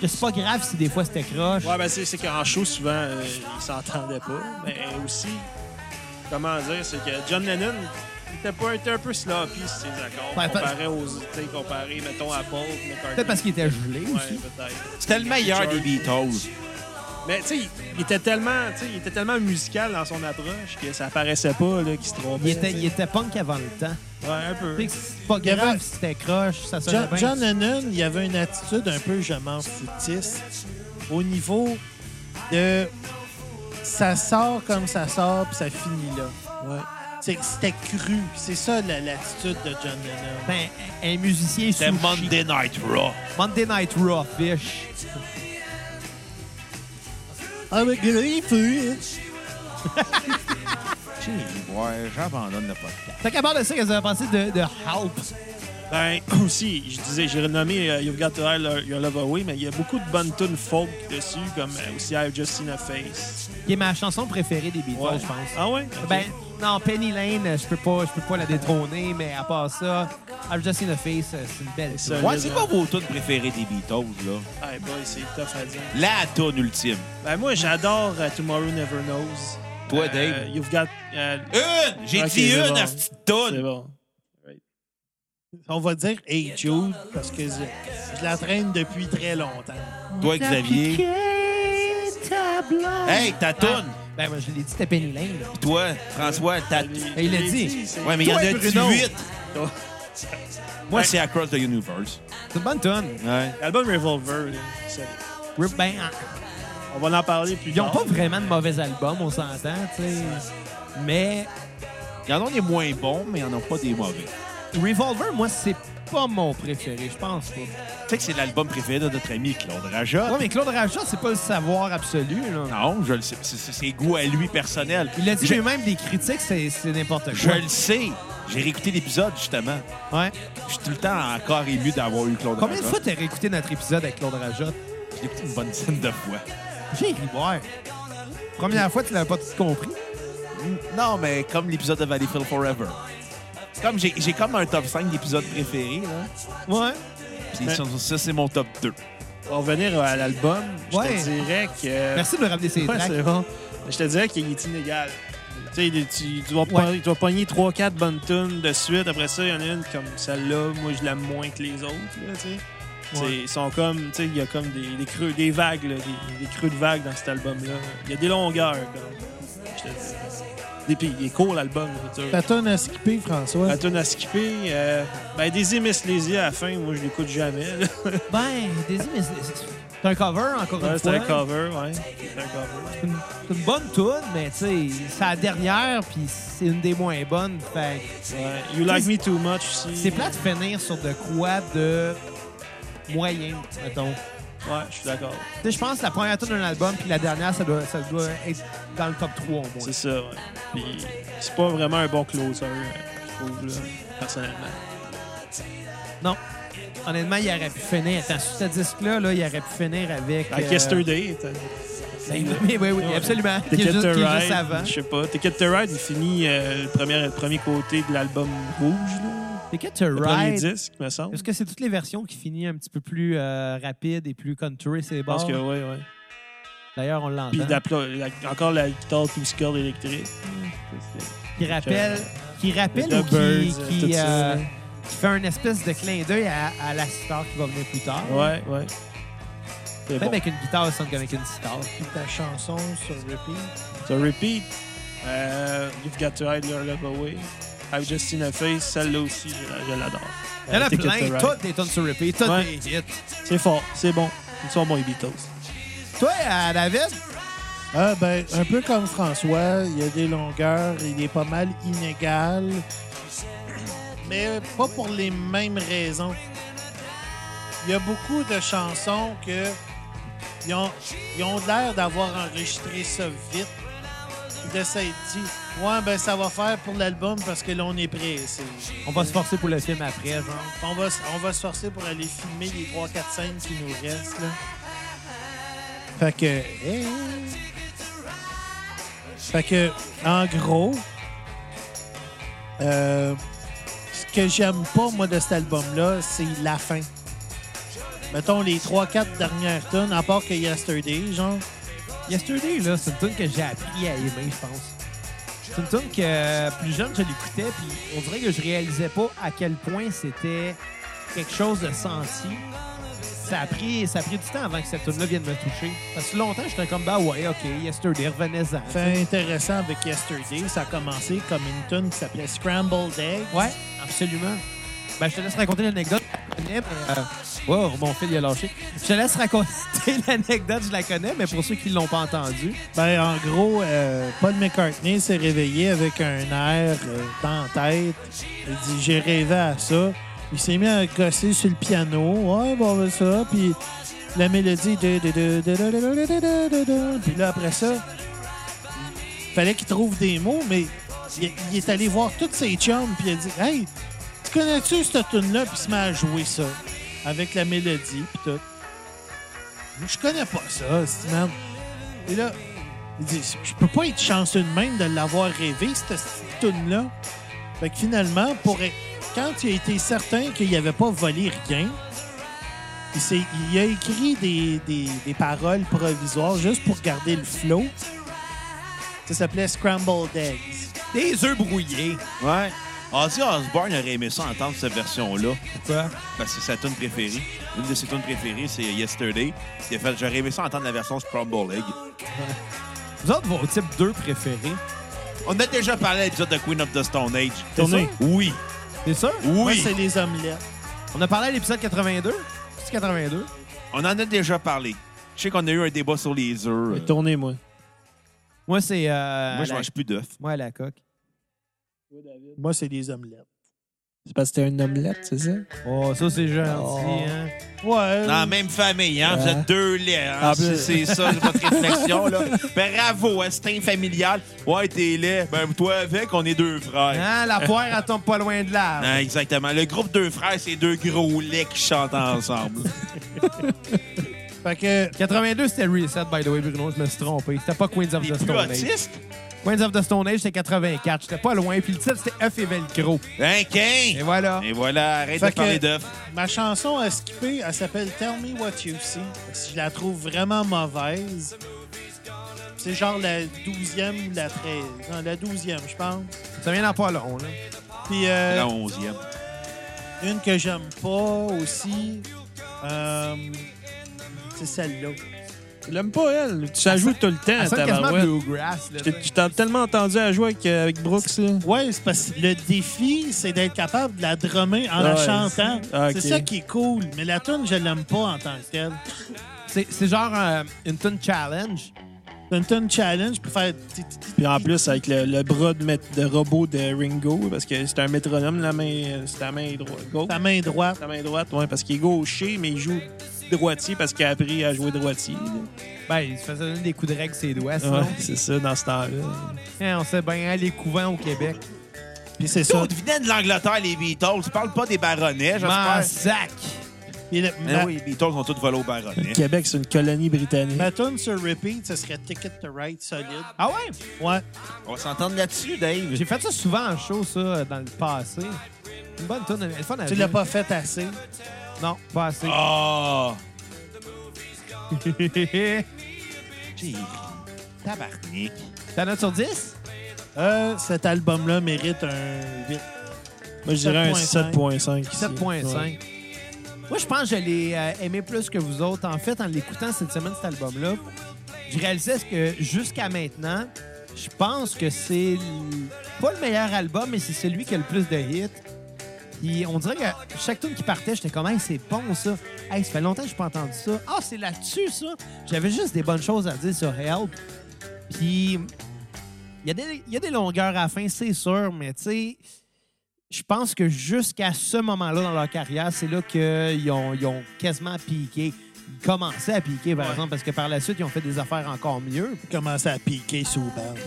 Speaker 4: que C'est pas grave si des fois c'était croche.
Speaker 5: Ouais, ben c'est c'est qu'en show, souvent, euh, ils s'entendaient pas. Mais aussi, comment dire, c'est que John Lennon il était, pas, il était un peu sloppy sur ses accords.
Speaker 4: Ouais, parce-
Speaker 5: comparé aux. Tu sais, comparé, mettons, à Paul, McCartney.
Speaker 4: Peut-être parce qu'il était gelé
Speaker 5: Ouais,
Speaker 4: aussi.
Speaker 5: peut-être.
Speaker 3: C'était le meilleur des Beatles.
Speaker 5: Mais tu sais, il- il était tellement, tu sais, il était tellement musical dans son approche que ça paraissait pas là qu'il se trompait.
Speaker 4: Il était,
Speaker 5: tu
Speaker 4: il était punk avant le temps.
Speaker 5: sais. Ouais, un peu.
Speaker 4: Tu sais, C'est pas
Speaker 1: y avait-
Speaker 4: grave si c'était croche, ça sonnait
Speaker 1: John,
Speaker 4: bien.
Speaker 1: John Lennon, il avait une attitude un peu je m'en foutiste au niveau de ça sort comme ça sort puis ça finit là.
Speaker 5: Ouais.
Speaker 1: C'est que c'était cru. C'est ça la- l'attitude de John Lennon.
Speaker 4: Ben, un musicien
Speaker 3: C'était
Speaker 4: sushi.
Speaker 3: Monday Night Raw.
Speaker 4: Monday Night Raw, fish.
Speaker 1: Avec Ah, les hein. feux.
Speaker 3: J'ai ri, ouais, j'abandonne le podcast.
Speaker 4: Fait qu'à part de ça, qu'est-ce que vous avez pensé de, de Help?
Speaker 5: Ben, aussi, je disais, j'ai renommé euh, You've Got to Hide Your- Your Love Away, mais il y a beaucoup de bonnes tunes folk dessus, comme euh, aussi I've Just Seen a Face.
Speaker 4: Qui est ma chanson préférée des Beatles, je pense.
Speaker 5: Ah ouais? Ok.
Speaker 4: Ben, non, Penny Lane, euh, je peux pas, je peux pas la détrôner, mais à part ça, I've Just Seen a Face, euh, c'est une belle.
Speaker 5: Ça,
Speaker 3: Ouais,
Speaker 5: là,
Speaker 3: c'est
Speaker 5: là.
Speaker 3: quoi vos tunes préférées des Beatles, là?
Speaker 5: Hey boy, c'est tough à dire.
Speaker 3: La tune ultime.
Speaker 5: Ben, moi, j'adore euh, Tomorrow Never Knows.
Speaker 3: Toi,
Speaker 5: Euh,
Speaker 3: Dave?
Speaker 5: You've Got. euh,
Speaker 3: Une! J'ai
Speaker 5: Ok,
Speaker 3: dit
Speaker 5: c'est
Speaker 3: une
Speaker 5: bon.
Speaker 3: à cette
Speaker 5: c'est
Speaker 3: tune!
Speaker 5: bon.
Speaker 1: On va dire Hey Jude parce que je, je la traîne depuis très longtemps.
Speaker 3: Toi, Xavier. Hey, ta tune!
Speaker 4: Ben, moi, je l'ai dit, c'était Penny Lane. là.
Speaker 3: Toi, François, ta tune.
Speaker 4: il l'a
Speaker 5: Je l'ai
Speaker 4: dit.
Speaker 5: c'est-
Speaker 3: Ouais, mais il y en
Speaker 4: Toi,
Speaker 3: a
Speaker 4: Bruno.
Speaker 3: 18.
Speaker 5: Toi.
Speaker 3: Moi, c'est Across the Universe.
Speaker 4: C'est une bonne tonne.
Speaker 3: Ouais.
Speaker 5: L'album Revolver, là, c'est-
Speaker 4: Ben, en-
Speaker 5: on va en parler plus
Speaker 4: ils ont pas
Speaker 5: tard.
Speaker 4: vraiment de mauvais albums, on s'entend, tu sais. Mais
Speaker 3: Il y en a des moins bons, mais il n'y en a pas des mauvais.
Speaker 4: Revolver, moi, c'est pas mon préféré, je pense pas.
Speaker 3: Tu sais que c'est l'album préféré de notre ami Claude Rajot.
Speaker 4: Ouais, mais Claude Rachat, c'est pas le savoir absolu, là.
Speaker 3: Non, je le sais. C'est c'est ses goûts à lui personnel.
Speaker 4: Il a dit
Speaker 3: je,
Speaker 4: lui-même des critiques, c'est c'est n'importe quoi.
Speaker 3: je le sais. J'ai réécouté l'épisode, justement.
Speaker 4: Ouais.
Speaker 3: Je suis tout le temps encore ému d'avoir eu Claude
Speaker 4: Combien de
Speaker 3: Rajot.
Speaker 4: fois t'as réécouté notre épisode avec Claude Rajot?
Speaker 3: J'ai écouté une bonne dizaine de fois.
Speaker 4: J'ai ri boire. Première fois, tu l'avais pas tout compris.
Speaker 3: Mm. Non, mais comme l'épisode de Valleyfield Forever. C'est Comme j'ai j'ai comme un top 5 d'épisodes préférés. Là.
Speaker 4: Ouais.
Speaker 3: Puis
Speaker 5: Ouais.
Speaker 3: ça, ça, c'est mon top 2.
Speaker 5: Pour revenir euh, à l'album, je
Speaker 4: Ouais.
Speaker 5: te dirais que.
Speaker 4: Merci de me ramener ces
Speaker 5: Ouais,
Speaker 4: tracks.
Speaker 5: c'est bon. Je te dirais qu'il est inégal. Tu sais, il est- tu, tu vas, pogner- tu vas pogner 3-4 bonnes tunes de suite. Après ça, il y en a une comme celle-là. Moi, je l'aime moins que les autres. Là, tu sais. C'est-
Speaker 4: Ouais.
Speaker 5: Ils sont comme, tu sais, il y a comme des, des creux, des vagues, là, des, des creux de vagues dans cet album-là. Il y a des longueurs, comme, je te dis. Et puis, il est court, l'album. je veux dire.
Speaker 1: Ta tonne à skipper, François.
Speaker 5: La tune à skipper, euh, ben, Daisy Miss Lazy à la fin, moi, je l'écoute jamais. là.
Speaker 4: Ben, Daisy, mais c'est- c'est c'est un cover, encore
Speaker 5: Ouais,
Speaker 4: une
Speaker 5: c'est
Speaker 4: fois.
Speaker 5: un cover, ouais. C'est un cover.
Speaker 4: C'est une, c'est une bonne tune, mais tu sais, c'est la dernière, puis c'est une des moins bonnes. Fait que
Speaker 5: Ouais. You Like Me Too Much aussi.
Speaker 4: c'est plat de finir sur de quoi de moyen, mettons.
Speaker 5: Ouais, je suis d'accord.
Speaker 4: Tu sais, je pense que la première tune d'un album, puis la dernière, ça doit, ça doit être dans le top 3 au moins.
Speaker 5: C'est ça, ouais. Puis c'est pas vraiment un bon closer, euh, je trouve, là, personnellement.
Speaker 4: Non. Honnêtement, il aurait pu finir. Attends, sur ce disque-là, là, il aurait pu finir avec.
Speaker 5: Like
Speaker 4: euh,
Speaker 5: Yesterday, t'as-
Speaker 4: ben oui, oui, oui,
Speaker 5: Ouais.
Speaker 4: absolument. Qui est
Speaker 5: Ticket
Speaker 4: juste,
Speaker 5: to
Speaker 4: qui est juste avant.
Speaker 5: Ride, je sais pas. Ticket to Ride, il finit euh, le, premier, le premier côté de l'album rouge, là.
Speaker 4: Ticket to
Speaker 5: Le premier
Speaker 4: Ride.
Speaker 5: disque, me semble.
Speaker 4: Est-ce que c'est toutes les versions qui finissent un petit peu plus euh, rapide et plus country, c'est
Speaker 5: Je pense
Speaker 4: bon? Hein?
Speaker 5: que ouais, ouais.
Speaker 4: D'ailleurs, on
Speaker 5: Puis
Speaker 4: l'entend.
Speaker 5: la pla- la- encore la guitare two-chord électrique.
Speaker 4: Qui rappelle, qui rappelle
Speaker 5: The
Speaker 4: ou qui,
Speaker 5: Birds,
Speaker 4: qui,
Speaker 5: tout ça.
Speaker 4: euh, qui fait un espèce de clin d'œil à, à la star qui va venir plus tard.
Speaker 5: Ouais, ouais. C'est
Speaker 4: Même
Speaker 5: bon.
Speaker 4: avec une guitare, ça sonne comme avec une sitar.
Speaker 1: Ta chanson sur repeat.
Speaker 5: So repeat. Euh, you've got to hide your love away. I've just seen a face. Celle-là aussi, je, la- je l'adore.
Speaker 4: Il y en
Speaker 5: Euh,
Speaker 4: a
Speaker 5: Ticket to
Speaker 4: plein,
Speaker 5: Ride.
Speaker 4: toutes des tonnes sur repeat, toutes
Speaker 5: Ouais.
Speaker 4: des hits.
Speaker 5: C'est fort, c'est bon. Ils sont bons, les Beatles.
Speaker 4: Toi, euh, David,
Speaker 1: Ah, ben, un peu comme François, il y a des longueurs, il est pas mal inégal, mais pas pour les mêmes raisons. Il y a beaucoup de chansons que ils ont, ils ont l'air d'avoir enregistré ça vite, puis de s'être dit, ouais, ben, ça va faire pour l'album parce que là, on est pressé.
Speaker 4: on va se forcer pour le film après, genre.
Speaker 1: On va, s- on va se forcer pour aller filmer les 3-4 scènes qui nous restent. Là. Fait que. eh. Fait que, en gros, euh, ce que j'aime pas, moi, de cet album-là, c'est la fin. Mettons les 3-4 dernières tonnes, à part que Yesterday, genre.
Speaker 4: Yesterday, là, c'est une tune que j'ai appris à aimer, je pense. C'est une tune que euh, plus jeune, je l'écoutais, puis on dirait que je réalisais pas à quel point c'était quelque chose de senti. Ça a pris, ça a pris du temps avant que cette tune là vienne me toucher. Parce que longtemps, j'étais comme, bah ouais, OK, Yesterday, revenez-en.
Speaker 1: Fait intéressant avec Yesterday, ça a commencé comme une tune qui s'appelait Scrambled Egg.
Speaker 4: Ouais, absolument. Ben, je te laisse raconter l'anecdote. Je la connais, mais, euh, wow, mon fil, il a lâché. Je te laisse raconter l'anecdote, je la connais, mais pour ceux qui l'ont pas entendue,
Speaker 1: Ben, en gros, euh, Paul McCartney s'est réveillé avec un air euh, dans la tête. Il dit J'ai rêvé à ça. Il s'est mis à gosser sur le piano. Ouais, bon, ben ça. Puis la mélodie. de- de- de- de- de- de- de- de- de- de- de. Puis là, après ça, fallait qu'il trouve des mots, mais il, il est allé voir toutes ses chums. Puis il a dit Hey, tu connais-tu cette tune-là Puis il se met à jouer ça, avec la mélodie, puis tout. Je connais pas ça, c'est man. Et là, il dit, je peux pas être chanceux de même de l'avoir rêvé, cette tune là Fait que finalement, pour être- quand il a été certain qu'il avait pas volé rien, il, s'est- il a écrit des, des- des paroles provisoires juste pour garder le flow. Ça s'appelait Scrambled Eggs.
Speaker 4: des œufs brouillés.
Speaker 3: Ouais. Ozzy Osbourne aurait aimé ça entendre cette version-là.
Speaker 4: Pourquoi?
Speaker 3: Parce que c'est sa tune préférée. Une de ses tunes préférées, c'est Yesterday. Il a fait, j'aurais aimé ça entendre la version Scramble Egg.
Speaker 4: Vous autres, vos types 2 préférés?
Speaker 3: On a déjà parlé à l'épisode de Queen of the Stone Age.
Speaker 4: Tournée.
Speaker 3: Oui.
Speaker 4: C'est sûr?
Speaker 1: Moi,
Speaker 3: Oui.
Speaker 1: c'est les omelettes.
Speaker 4: On a parlé à l'épisode 82. C'est 82?
Speaker 3: On en a déjà parlé. Je sais qu'on a eu un débat sur les œufs. Euh,
Speaker 5: Tournez-moi.
Speaker 4: Moi, c'est. euh,
Speaker 3: Moi, je
Speaker 4: la-
Speaker 3: mange plus d'œufs.
Speaker 4: Moi, à la coque.
Speaker 1: Moi, c'est les omelettes.
Speaker 5: C'est parce que t'es un omelette, c'est ça?
Speaker 4: Oh, ça, c'est gentil,
Speaker 5: Oh.
Speaker 4: hein?
Speaker 1: Ouais.
Speaker 3: Dans la même famille, hein? Vous
Speaker 5: Ah.
Speaker 3: êtes deux laits, hein?
Speaker 5: Ah,
Speaker 3: C'est
Speaker 5: plus-
Speaker 3: c'est ça, votre réflexion, là. Bravo, instinct familial. Ouais, t'es laid. Ben, toi avec, on est deux frères.
Speaker 4: Hein, la poire, elle tombe pas loin de l'arbre.
Speaker 3: Ah, exactement. Le groupe Deux Frères, c'est deux gros laits qui chantent ensemble.
Speaker 1: Fait que
Speaker 4: 82, c'était Reset, by the way, Bruno, je me suis trompé. C'était pas Queens of
Speaker 3: T'es
Speaker 4: the
Speaker 3: plus
Speaker 4: Stone Age.
Speaker 3: autiste?
Speaker 4: Queens of the Stone Age, c'était 84. J'étais pas loin. Puis le titre, c'était Œuf et Velcro.
Speaker 3: Hein, quin?
Speaker 4: Et voilà.
Speaker 3: Et voilà, arrête
Speaker 1: Fait
Speaker 3: de parler
Speaker 1: que-
Speaker 3: d'œufs.
Speaker 1: Ma chanson à skipper, elle s'appelle Tell Me What You See. Je la trouve vraiment mauvaise. C'est genre la 12e ou la 13. Non, la 12e, je pense.
Speaker 4: Ça vient dans pas long, là.
Speaker 1: Puis euh,
Speaker 3: La onzième.
Speaker 1: une que j'aime pas aussi, euh, c'est celle-là.
Speaker 5: Tu l'aimes pas, elle. Tu la joues tout le temps,
Speaker 4: Ça sonne quasiment
Speaker 5: Ah, tabarouette.
Speaker 4: bluegrass, là.
Speaker 5: Je t'ai- je t'ai tellement entendu à jouer avec, euh, avec Brooks, là.
Speaker 1: Ouais, c'est parce que le défi, c'est d'être capable de la drummer en la
Speaker 5: Ouais.
Speaker 1: chantant.
Speaker 5: Ah, ok.
Speaker 1: C'est ça qui est cool. Mais la tune, je l'aime pas en tant que telle.
Speaker 4: C'est c'est genre euh, une tune challenge.
Speaker 1: C'est une tune challenge pour faire.
Speaker 5: Puis en plus, avec le, le bras de, mét- de robot de Ringo, parce que c'est un métronome, la main, euh, c'est la main droite. Gauche.
Speaker 1: Ta main droite.
Speaker 5: La main droite, ouais, parce qu'il est gaucher, mais il joue droitier parce qu'il a appris à jouer droitier. là.
Speaker 4: Ben, il se faisait donner des coups de règle ses doigts, sinon.
Speaker 5: Ouais, c'est ça, dans ce temps-là.
Speaker 4: Hein, on sait bien, hein, les couvents au Québec.
Speaker 1: Puis c'est ça.
Speaker 3: Tout venait de l'Angleterre, les Beatles. Tu parles pas des baronnets, j'espère.
Speaker 4: Mansac!
Speaker 1: Puis le-
Speaker 3: Mais
Speaker 5: Ah
Speaker 1: ma-
Speaker 3: oui, les Beatles ont tous volé aux baronnets.
Speaker 5: Le Québec, c'est une colonie britannique.
Speaker 1: Ma tune sur repeat, ce serait Ticket to Ride solide.
Speaker 4: Ah ouais?
Speaker 1: Ouais.
Speaker 3: On va s'entendre là-dessus, Dave.
Speaker 4: J'ai fait ça souvent en show, ça, euh, dans le passé. Une bonne tourne, elle est fun à
Speaker 1: Tu
Speaker 4: jouer.
Speaker 1: l'as pas fait assez.
Speaker 4: Non, pas assez.
Speaker 3: Ah!
Speaker 4: T'as
Speaker 3: J'ai ri. Tabarnak.
Speaker 4: note sur 10?
Speaker 1: Euh, cet album-là mérite un 8.
Speaker 5: Moi, je dirais un
Speaker 1: 7.5.
Speaker 5: 7.5. ici.
Speaker 4: 7.5.
Speaker 5: Ouais.
Speaker 4: Moi, je pense que je l'ai euh, aimé plus que vous autres. En fait, en l'écoutant cette semaine, cet album-là, je réalisais ce que jusqu'à maintenant, je pense que c'est le- pas le meilleur album, mais c'est celui qui a le plus de hits. Puis on dirait que chaque tune qui partait, j'étais comme, hey, c'est bon ça. Hey, ça fait longtemps que je pas entendu ça. Ah, c'est là-dessus ça. J'avais juste des bonnes choses à dire sur Help. Puis il y, a des- il y a des longueurs à la fin, c'est sûr, mais tu sais, je pense que jusqu'à ce moment-là dans leur carrière, c'est là qu'ils ont, ils ont quasiment piqué. Ils commençaient à piquer, par exemple, parce que par la suite, ils ont fait des affaires encore mieux.
Speaker 1: Commencer à piquer sous bande.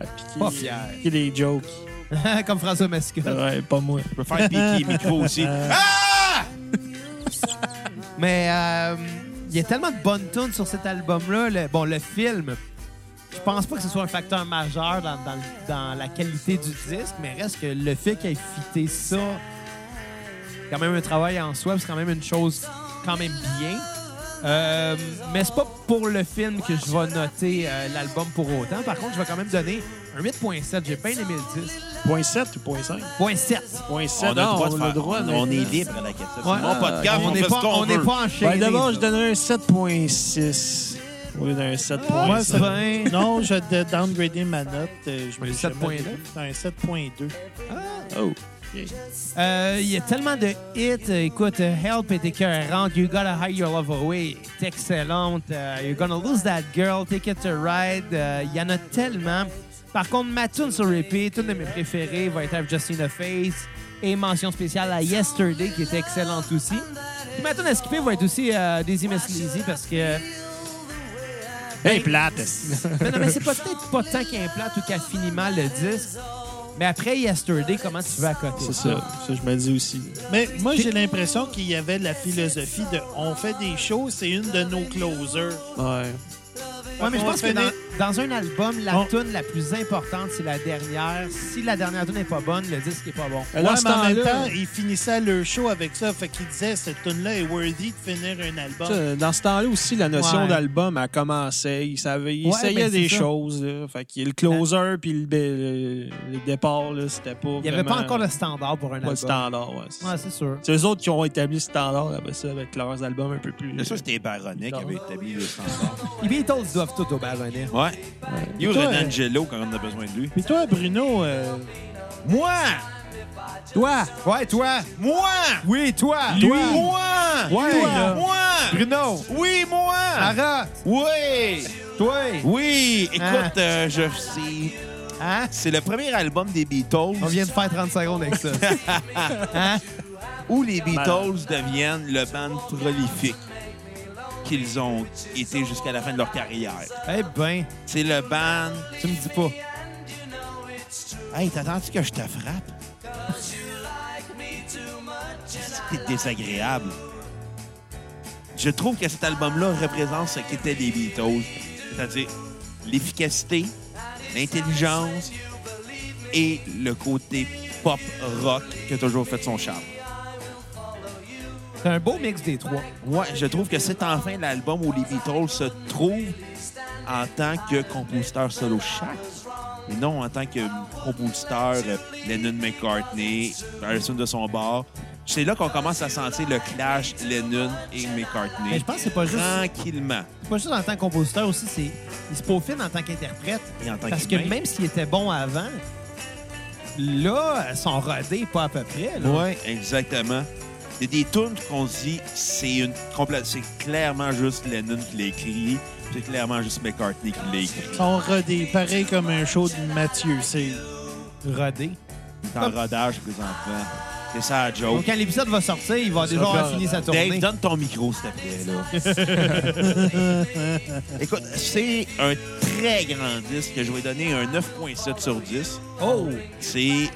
Speaker 5: À piquer-
Speaker 4: Pas fier.
Speaker 5: piquer des jokes.
Speaker 4: Comme François Mascotte.
Speaker 5: Ouais, pas moi.
Speaker 3: Je peux faire piquer mes micros aussi. Ah!
Speaker 4: Mais euh, il y a tellement de bonnes tunes sur cet album-là. Le- bon, le film, je pense pas que ce soit un facteur majeur dans, dans le- dans la qualité du disque, mais reste que le fait qu'il ait fité ça, c'est quand même un travail en soi, puis c'est quand même une chose quand même bien. Euh, mais c'est pas pour le film que je vais noter euh, l'album pour autant. Par contre, je vais quand même donner un 8.7. J'ai bien aimé le disque.
Speaker 5: 0.7 ou 0.5?
Speaker 4: 8.7.
Speaker 3: le
Speaker 5: 0.7,
Speaker 3: droit
Speaker 5: non,
Speaker 3: de
Speaker 5: Ah, on a
Speaker 3: faire-
Speaker 5: le droit.
Speaker 3: on est libre à la cassette.
Speaker 4: Ouais.
Speaker 3: C'est mon podcast, on,
Speaker 4: on
Speaker 3: fait
Speaker 4: n'est pas,
Speaker 3: ce qu'on
Speaker 4: on n'est
Speaker 3: veut.
Speaker 4: pas en
Speaker 5: Ben,
Speaker 4: shade.
Speaker 5: D'abord, je donnerais un 7.6 au lieu d'un 7.5.
Speaker 1: Moi,
Speaker 4: c'est bien.
Speaker 1: non, je vais downgradé ma note. euh, Je me
Speaker 4: Un
Speaker 1: suis jamais
Speaker 4: 7.9?
Speaker 1: dit. Un 7.2.
Speaker 3: Oh.
Speaker 4: Euh, Il y a tellement de hits. Écoute, euh, Help est écœurante. You Gotta Hide Your Love Away est excellente. Euh, You're Gonna Lose That Girl, Take It to Ride. Euh, Il y en a tellement. Par contre, ma tune sur repeat, une de mes préférées, va être I've Just Seen a Face. Et mention spéciale à Yesterday, qui est excellente aussi. Puis ma tune à skipper va être aussi euh, Daisy Miss Lazy, parce que...
Speaker 5: Hey, plate!
Speaker 4: Mais non, mais c'est pas- peut-être pas tant qu'elle est plate ou qu'elle finit mal le disque. Mais après Yesterday, comment tu veux à côté?
Speaker 5: C'est ça, ça je me dis aussi.
Speaker 1: Mais moi, j'ai l'impression qu'il y avait la philosophie de on fait des shows, c'est une de nos closers.
Speaker 5: Ouais.
Speaker 4: Ouais, mais je
Speaker 1: On
Speaker 4: pense que
Speaker 1: finit-
Speaker 4: dans, dans un album, la
Speaker 1: On-
Speaker 4: tune la plus importante, c'est la dernière. Si la dernière tune n'est pas bonne, le disque n'est pas bon.
Speaker 5: Mais
Speaker 1: Ouais,
Speaker 5: là, ce
Speaker 1: mais en même
Speaker 5: temps-là-
Speaker 1: temps, ils finissaient leur show avec ça. Fait qu'ils disaient, cette tune-là est worthy de finir un album.
Speaker 5: Ça, Euh, Dans ce temps-là aussi, la notion
Speaker 4: Ouais.
Speaker 5: d'album, elle commençait. Il, savait, il
Speaker 4: Ouais,
Speaker 5: essayait
Speaker 4: ben, c'est
Speaker 5: des
Speaker 4: ça.
Speaker 5: choses. là. Fait qu'il y a le closer puis le, le- le départ, là, c'était pas.
Speaker 4: Il n'y avait pas encore le standard pour un
Speaker 5: pas
Speaker 4: album.
Speaker 5: le standard. Ouais, c'est
Speaker 4: Ouais, c'est sûr.
Speaker 5: c'est eux autres qui ont établi le standard après ça, avec leurs albums un peu plus.
Speaker 3: C'est sûr que c'était les baronnets qui avaient établi le standard.
Speaker 4: Les Beatles doivent tout au baronnet.
Speaker 3: Ouais. Yo,
Speaker 1: Toi,
Speaker 3: René
Speaker 1: euh,
Speaker 3: Angelo, quand on a besoin de lui.
Speaker 1: Mais toi, Bruno, euh,
Speaker 3: Moi!
Speaker 4: Toi! Ouais, toi!
Speaker 3: Moi!
Speaker 4: Oui, toi!
Speaker 3: Lui! Moi!
Speaker 4: Ouais,
Speaker 3: Toi!
Speaker 4: là.
Speaker 3: Moi!
Speaker 4: Bruno!
Speaker 3: Oui, moi!
Speaker 4: Lara!
Speaker 3: Oui!
Speaker 4: Toi!
Speaker 3: Oui! Écoute,
Speaker 4: Ah.
Speaker 3: euh, je c'est-
Speaker 4: Hein?
Speaker 3: C'est le premier album des Beatles
Speaker 4: On vient de faire 30 secondes avec ça. hein?
Speaker 3: où les Beatles deviennent le band prolifique qu'ils ont été jusqu'à la fin de leur carrière.
Speaker 4: Eh ben,
Speaker 3: C'est le band...
Speaker 4: tu me dis pas.
Speaker 3: Hey, t'attends-tu que je te frappe? C'est désagréable. Je trouve que cet album-là représente ce qu'étaient les Beatles, c'est-à-dire l'efficacité, l'intelligence et le côté pop-rock qui a toujours fait son charme.
Speaker 4: C'est un beau mix des trois.
Speaker 3: Ouais, je trouve que c'est enfin l'album où les Beatles se trouvent en tant que compositeur solo chaque, et non en tant que compositeur euh, Lennon McCartney, Harrison de son bord. C'est là qu'on commence à sentir le clash Lennon et McCartney.
Speaker 4: Mais je pense que c'est pas juste.
Speaker 3: tranquillement.
Speaker 4: pas juste en tant que compositeur aussi, c'est il se peaufine en tant qu'interprète.
Speaker 3: Et en tant
Speaker 4: Parce que
Speaker 3: qu'humain.
Speaker 4: même s'il était bon avant, là, elles sont rodées pas à peu près. là.
Speaker 3: Oui, exactement. Il y a des tunes qu'on se dit, c'est une complète, c'est clairement juste Lennon qui l'a écrit, c'est clairement juste McCartney qui l'a écrit.
Speaker 1: sont rodés, pareil comme un show de Mathieu. C'est
Speaker 4: Rodées.
Speaker 3: C'est en rodage présentement. C'est ça la joke.
Speaker 4: Donc quand l'épisode va sortir, il va déjà avoir fini sa tournée.
Speaker 3: Dave, donne ton micro, s'il te plaît. Là. Écoute, c'est un très grand disque. Je vais donner un 9,7 sur 10.
Speaker 4: Oh!
Speaker 3: C'est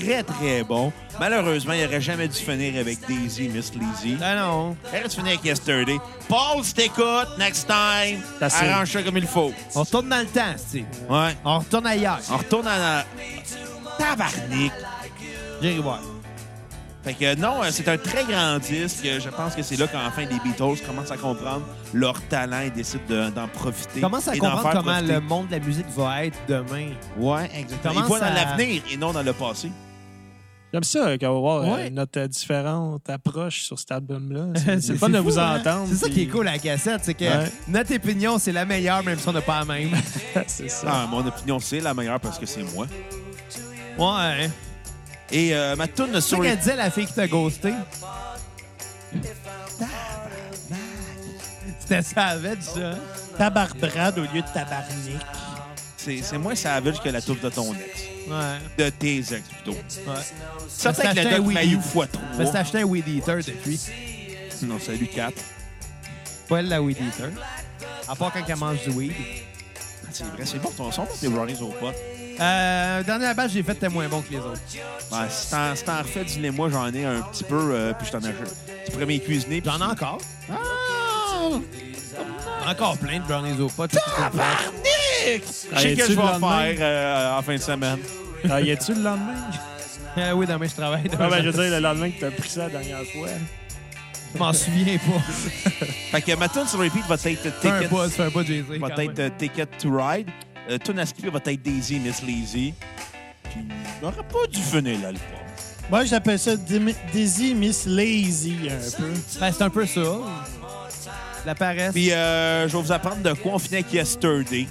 Speaker 3: très, très bon. Malheureusement, il n'aurait jamais dû finir avec Daisy, Miss Lizzy.
Speaker 4: Ah non!
Speaker 3: Il aurait dû finir avec Yesterday. Paul, si t'écoutes, next time,
Speaker 5: T'as su.
Speaker 3: arrange ça comme il faut.
Speaker 4: On retourne dans le temps, tu
Speaker 3: Ouais.
Speaker 4: On retourne
Speaker 3: Ah.
Speaker 4: ailleurs.
Speaker 3: On retourne à la... Tabarnak.
Speaker 4: Jerry Ward.
Speaker 3: Fait que non, euh, c'est un très grand disque. Euh, Je pense que c'est là qu'enfin les Beatles commencent à comprendre leur talent et décident de- d'en profiter.
Speaker 4: Commence à
Speaker 3: et d'en
Speaker 4: comprendre
Speaker 3: faire
Speaker 4: comment
Speaker 3: profiter.
Speaker 4: le monde de la musique va être demain.
Speaker 3: Ouais, exactement. Ils
Speaker 4: Commence
Speaker 3: voient dans
Speaker 4: à-
Speaker 3: l'avenir et non dans le passé.
Speaker 5: J'aime ça euh, qu'on va voir euh,
Speaker 4: Ouais.
Speaker 5: notre euh, différente approche sur cet album-là. C'est- C'est
Speaker 4: C'est
Speaker 5: le fun de
Speaker 4: fou,
Speaker 5: vous
Speaker 4: hein?
Speaker 5: entendre.
Speaker 4: C'est ça qui
Speaker 5: puis-
Speaker 4: est cool à la cassette, c'est que
Speaker 5: Ouais.
Speaker 4: notre opinion, c'est la meilleure, même si on n'a pas la même.
Speaker 5: c'est ça.
Speaker 3: Ah, mon opinion, c'est la meilleure parce que c'est moi.
Speaker 4: ouais.
Speaker 3: Et euh, ma tune
Speaker 4: C'est
Speaker 3: sur
Speaker 4: ça
Speaker 3: les...
Speaker 4: qu'elle disait, la fille qui t'a ghosté. C'était savage, ça. hein?
Speaker 1: Tabarbrade au lieu de tabarnik.
Speaker 3: C'est c'est moins savage que la touffe de ton ex.
Speaker 4: Ouais.
Speaker 3: De tes ex, plutôt.
Speaker 4: ouais.
Speaker 3: Certain que
Speaker 4: s'acheter
Speaker 3: le
Speaker 4: un
Speaker 3: Doc
Speaker 4: Wheaties.
Speaker 3: Mayou x
Speaker 4: Je me suis
Speaker 3: 3.
Speaker 4: acheté un Weed Eater depuis.
Speaker 3: Non, salut 4.
Speaker 4: Pas elle, la Weed Eater. À part quand elle mange du weed.
Speaker 3: Ah, C'est vrai, c'est bon ton son, tes brownies au pot.
Speaker 4: Euh, dernière batch, j'ai fait, t'es moins bon que les autres.
Speaker 3: Ben, si t'en si t'en refais, dis-les moi, j'en ai un petit peu, euh, puis je t'en achète. Tu pourrais m'y cuisiner. puis-
Speaker 4: J'en ai encore. Ah! Encore plein de brownies au pot.
Speaker 3: Nick! Je
Speaker 5: Ah,
Speaker 3: sais
Speaker 5: y
Speaker 3: que
Speaker 5: a-tu
Speaker 3: je vais
Speaker 5: le
Speaker 3: faire
Speaker 5: lendemain?
Speaker 3: euh, en fin de semaine.
Speaker 5: Ah, y a-tu le lendemain?
Speaker 4: Euh, oui, demain, je travaille.
Speaker 5: Ah,
Speaker 4: Demain,
Speaker 5: ben, je veux dire, le lendemain que t'as pris ça la dernière fois.
Speaker 4: je m'en souviens pas.
Speaker 3: Fait que ma tune sur repeat va être
Speaker 4: Fais un
Speaker 3: Ticket,
Speaker 4: pas, fais un pas, Jay-Z.
Speaker 3: va
Speaker 4: quand
Speaker 3: être
Speaker 4: même.
Speaker 3: euh, Ticket to Ride. Euh, tune à skipper va être Daisy Miss Lazy. Puis, j'aurais pas dû finir l'album.
Speaker 1: Moi, j'appelle ça Dim- Daisy Miss Lazy un peu.
Speaker 4: Ben, c'est un peu ça. La paresse.
Speaker 3: Puis, euh, je vais vous apprendre de quoi on finit avec Yesterday.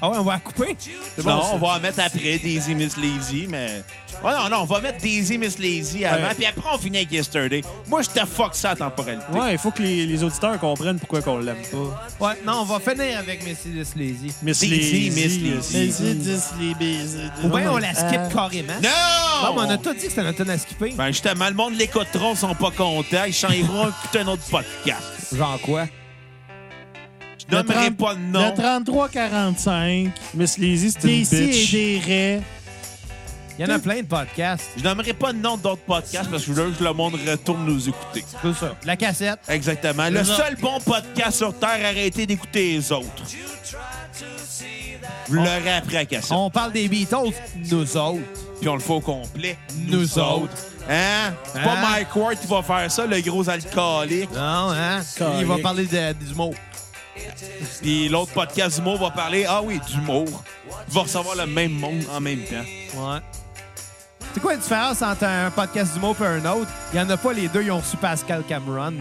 Speaker 4: Ah ouais, on va la couper.
Speaker 3: non, on va en mettre après Daisy Miss Lazy, mais. Oh non, non, on va mettre Daisy Miss Lazy avant,
Speaker 5: Ouais.
Speaker 3: puis après on finit avec Yesterday. Moi, je te fuck ça à temporalité.
Speaker 5: Ouais, il faut que les, les auditeurs comprennent pourquoi qu'on l'aime pas.
Speaker 4: Ouais, non, on va finir avec Missy Lazy.
Speaker 5: Miss
Speaker 3: Daisy,
Speaker 5: Lazy,
Speaker 3: Miss Lazy.
Speaker 1: Lazy dis les baisers.
Speaker 4: Ou bien on la skip carrément.
Speaker 3: Non!
Speaker 4: Euh, Non, mais on a tout dit que c'était notre tonne à skipper.
Speaker 3: Ben justement, le monde l'écouteront, sont pas contents. Ils changeront écouter un autre podcast.
Speaker 4: Genre quoi?
Speaker 3: Je nommerai pas de nom.
Speaker 1: Le 33-45.
Speaker 5: Miss Lazy, c'est une bitch.
Speaker 1: Daisy et des raies.
Speaker 4: Il y en a plein de podcasts.
Speaker 3: Je nommerai pas de nom d'autres podcasts parce que je veux que le monde retourne nous écouter.
Speaker 4: Tout ça. La cassette.
Speaker 3: Exactement. Le
Speaker 4: Les
Speaker 3: seul bon podcast sur Terre, arrêtez d'écouter les autres. Vous l'aurez appris à casser.
Speaker 4: On parle des Beatles. Nous autres.
Speaker 3: Puis on le fait au complet.
Speaker 4: Nous autres.
Speaker 3: Hein? C'est pas
Speaker 4: Hein?
Speaker 3: Mike Ward qui va faire ça, le gros alcoolique.
Speaker 4: Non, hein? Il va parler de- du mot.
Speaker 3: Puis l'autre podcast d'humour va parler, ah oui, d'humour. Il va recevoir le même monde en même temps.
Speaker 4: Ouais. C'est quoi la différence entre un podcast du mot et un autre? Il y en a pas les deux, ils ont reçu Pascal Cameron.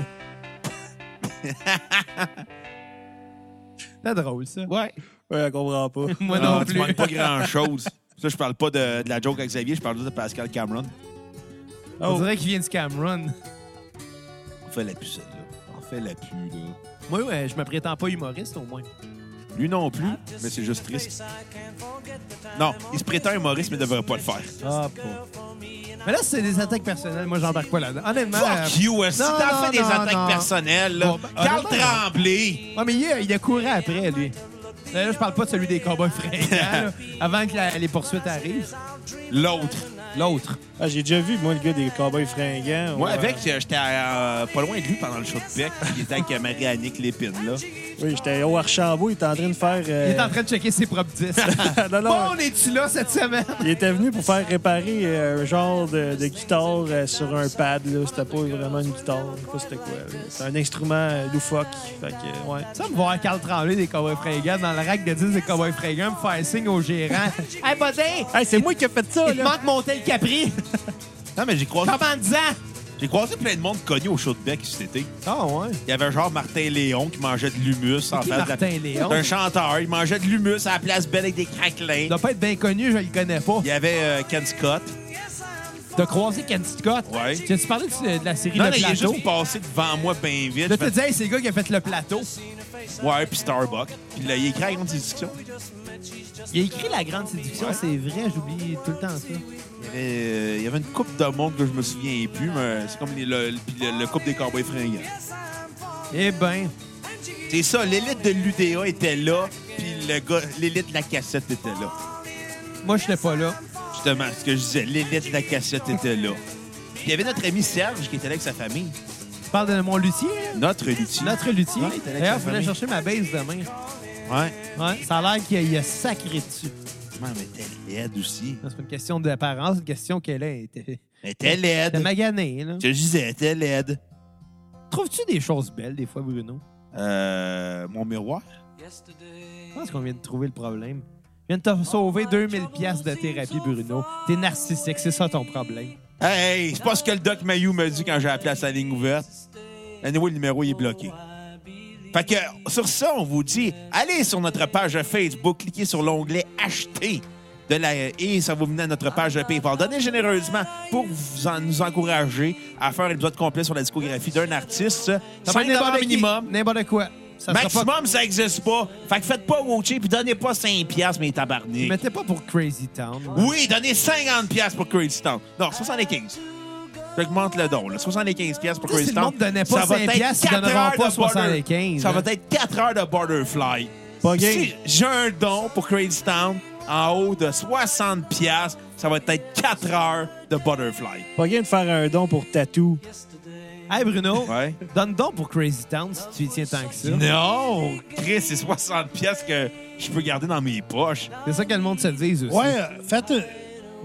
Speaker 4: C'est drôle, ça.
Speaker 3: Ouais.
Speaker 5: Ouais, elle comprend pas.
Speaker 4: Moi
Speaker 3: Ah,
Speaker 4: non
Speaker 3: tu
Speaker 4: plus.
Speaker 3: manques pas grand-chose. Ça, je parle pas de, de la joke avec Xavier, je parle juste de Pascal Cameron.
Speaker 4: On dirait qu'il vient du Cameron.
Speaker 3: On fait la puce, là. On fait la pu, là.
Speaker 4: Moi, ouais, je me prétends pas humoriste, au moins.
Speaker 3: Lui non plus, mais c'est juste triste. Non, il se prétend humoriste, mais il devrait pas le faire.
Speaker 4: Ah, Mais là, c'est des attaques personnelles. Moi, j'embarque pas là-dedans. Honnêtement.
Speaker 3: Ah,
Speaker 4: euh,
Speaker 3: Fuck you, si
Speaker 4: Ben, non,
Speaker 3: t'en
Speaker 4: non,
Speaker 3: fais des
Speaker 4: non,
Speaker 3: attaques
Speaker 4: non.
Speaker 3: personnelles, là.
Speaker 4: Bon, ben,
Speaker 3: Carl
Speaker 4: honnêtement, non.
Speaker 3: Tremblay!
Speaker 4: Ouais, mais il, a- il a couru après, lui. Euh, Là, là, je parle pas de celui des combats fringants, là, avant que la- les poursuites arrivent.
Speaker 3: L'autre.
Speaker 4: L'autre.
Speaker 5: Ah, j'ai déjà vu, moi, le gars des cowboys fringants.
Speaker 3: Moi,
Speaker 5: Ouais.
Speaker 3: avec, euh, j'étais euh, pas loin de lui pendant le show de Beck. Il était avec euh, Marie-Annick Lépine, là.
Speaker 5: Oui, j'étais au Archambault, il était en train de faire. euh,
Speaker 4: Il est en train de checker ses propres disques.
Speaker 5: non, non,
Speaker 4: bon, on est-tu là cette semaine?
Speaker 5: Il était venu pour faire réparer euh, un genre de, de guitare euh, sur un pad. là. C'était pas vraiment une guitare. Je sais pas c'était quoi. là. C'est un instrument euh, loufoque. Fait que, euh, ouais.
Speaker 4: Ça me voir Carl Tremblay des Cowboys Fringants dans le rack de 10 des Cowboys Fringants me faire signe au gérant. hey, buddy!
Speaker 5: Hey, c'est moi qui ai fait ça,
Speaker 4: Il te manque monter le Capri!
Speaker 3: Non, mais j'ai croisé,
Speaker 4: Comment disant?
Speaker 3: j'ai croisé plein de monde connu au show de Beck cet été.
Speaker 4: Ah, ouais.
Speaker 3: Il y avait genre Martin Léon qui mangeait de l'humus en face
Speaker 4: qui,
Speaker 3: de la-
Speaker 4: Martin Léon?
Speaker 3: d'un chanteur. Il mangeait de l'humus à la place belle avec des craquelins.
Speaker 4: Il doit pas être bien connu, je le connais pas.
Speaker 3: Il y avait euh, Ken Scott.
Speaker 4: T'as croisé Ken Scott?
Speaker 3: Ouais.
Speaker 4: Tu as-tu parlé de, de la série
Speaker 3: Non,
Speaker 4: Le
Speaker 3: non, il est
Speaker 4: Plateau?
Speaker 3: juste passé devant moi bien vite.
Speaker 4: Là,
Speaker 3: Je
Speaker 4: t'as
Speaker 3: fais,
Speaker 4: dit, hey, c'est le gars qui a fait Le Plateau.
Speaker 3: ouais, puis Starbucks. Puis là, il écrit à la grande discussion.
Speaker 4: Il a écrit La Grande Séduction, c'est vrai, j'oublie tout le temps ça.
Speaker 3: Il y avait, euh, il y avait une coupe de monde que je me souviens plus, mais c'est comme les- le, le- puis le- le couple des Cowboys fringants.
Speaker 4: Eh ben,
Speaker 3: C'est ça, l'élite de l'UDA était là, puis le gars, l'élite de la cassette était là.
Speaker 4: moi, je n'étais pas là.
Speaker 3: Justement, ce que je disais, l'élite de la cassette était là. Puis il y avait notre ami Serge qui était là avec sa famille.
Speaker 4: Tu parles de mon luthier? là?
Speaker 3: Notre luthier.
Speaker 4: Notre luthier.
Speaker 3: Ouais, il était là avec
Speaker 4: D'ailleurs,
Speaker 3: sa
Speaker 4: il fallait
Speaker 3: famille.
Speaker 4: chercher ma base demain.
Speaker 3: Ouais.
Speaker 4: Ouais, ça a l'air qu'il a, il a sacré dessus.
Speaker 3: effectivement, mais t'es laide aussi.
Speaker 4: C'est pas une question d'apparence, c'est une question qu'elle a été.
Speaker 3: Mais t'es laide.
Speaker 4: T'es maganée, là.
Speaker 3: Je disais, t'es laide.
Speaker 4: Trouves-tu des choses belles, des fois, Bruno?
Speaker 3: Euh, mon miroir?
Speaker 4: Je pense qu'on vient de trouver le problème. Je viens de te sauver 2000 pièces de thérapie, Bruno. T'es narcissique, c'est ça ton problème.
Speaker 3: Hey, c'est pas ce que le Doc Mayou m'a dit quand j'ai appelé à sa ligne ouverte. Anyway, le numéro, il est bloqué. Fait que, sur ça, on vous dit, allez sur notre page Facebook, cliquez sur l'onglet Acheter de la, et ça vous mener à notre page PayPal. Donnez généreusement pour vous en- nous encourager à faire un épisode complet sur la discographie d'un artiste.
Speaker 4: Ça peut
Speaker 3: 5
Speaker 4: être n'importe qui,
Speaker 3: minimum.
Speaker 4: N'importe quoi. Ça sera
Speaker 3: Maximum,
Speaker 4: Pas...
Speaker 3: ça n'existe pas. Fait que faites pas Wochi puis donnez pas 5 piastres, mes
Speaker 4: Je
Speaker 3: tabarnés.
Speaker 4: mettais pas pour Crazy Town.
Speaker 3: Oui, donnez 50 piastres pour Crazy Town. Non, 75. J'augmente le don. Là. 75 piastres pour
Speaker 4: Tu
Speaker 3: Crazy
Speaker 4: sais, si le
Speaker 3: Town.
Speaker 4: monde donnait pas
Speaker 3: ça va
Speaker 4: 5
Speaker 3: être
Speaker 4: piastres, ils
Speaker 3: 4
Speaker 4: donneront
Speaker 3: heures
Speaker 4: pas
Speaker 3: de border-
Speaker 4: 75,
Speaker 3: Ça
Speaker 4: hein.
Speaker 3: va être 4 heures de Butterfly.
Speaker 1: Pas game.
Speaker 3: Si j'ai un don pour Crazy Town en haut de 60 piastres, ça va être 4 heures de Butterfly.
Speaker 1: Pas game de faire un don pour Tatou.
Speaker 4: Hey, Bruno,
Speaker 3: Ouais.
Speaker 4: donne donc pour Crazy Town si tu y tiens tant que ça.
Speaker 3: Non! Chris, c'est 60 piastres que je peux garder dans mes poches.
Speaker 4: C'est ça que le monde se dise aussi.
Speaker 1: Ouais, euh, faites. euh,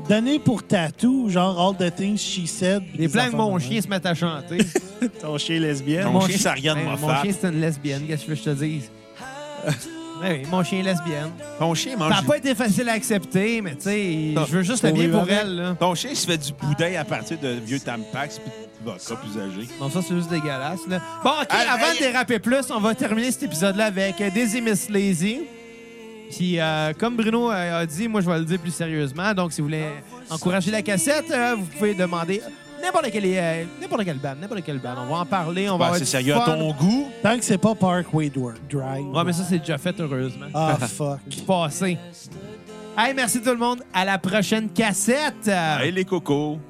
Speaker 1: Donnez pour Tatou, genre All the Things She Said.
Speaker 4: Les plans que mon
Speaker 1: affaires de
Speaker 4: chien se met à chanter.
Speaker 5: Ton chien lesbienne.
Speaker 3: Mon chien, ça regarde
Speaker 4: Hey,
Speaker 3: ma
Speaker 4: Mon
Speaker 3: femme.
Speaker 4: chien, c'est une lesbienne, qu'est-ce que je te dise? Ouais, oui, mon chien est lesbienne.
Speaker 3: Ton chien
Speaker 4: Ça
Speaker 3: mange
Speaker 4: n'a
Speaker 3: du-
Speaker 4: pas été facile à accepter, mais tu sais,
Speaker 3: Non,
Speaker 4: je veux juste le
Speaker 1: faut
Speaker 4: bien
Speaker 1: vivre
Speaker 4: pour
Speaker 1: avec.
Speaker 4: elle. Là.
Speaker 3: Ton chien se fait du boudin à partir de vieux Tampax puis de vodka plus âgé.
Speaker 4: Bon, ça, c'est juste dégueulasse. Là. Bon, OK,
Speaker 3: Hey,
Speaker 4: avant
Speaker 3: hey,
Speaker 4: de déraper plus, on va terminer cet épisode-là avec euh, Daisy Miss Lazy. Puis, euh, comme Bruno euh, a dit, moi, je vais le dire plus sérieusement. Donc, si vous voulez encourager la cassette, euh, vous pouvez demander n'importe quel, euh, n'importe quel band, n'importe quel band. On va en parler, on va
Speaker 3: Ben,
Speaker 4: avoir
Speaker 3: c'est
Speaker 4: du
Speaker 3: sérieux
Speaker 4: fun.
Speaker 3: à ton goût.
Speaker 1: main. Tant que c'est pas Parkway Dwar- Drive.
Speaker 4: Ouais, mais ça, c'est déjà fait, heureusement.
Speaker 1: Ah, fuck.
Speaker 4: Passé. Hey, merci tout le monde. À la prochaine cassette.
Speaker 3: Hey les cocos.
Speaker 2: Oh,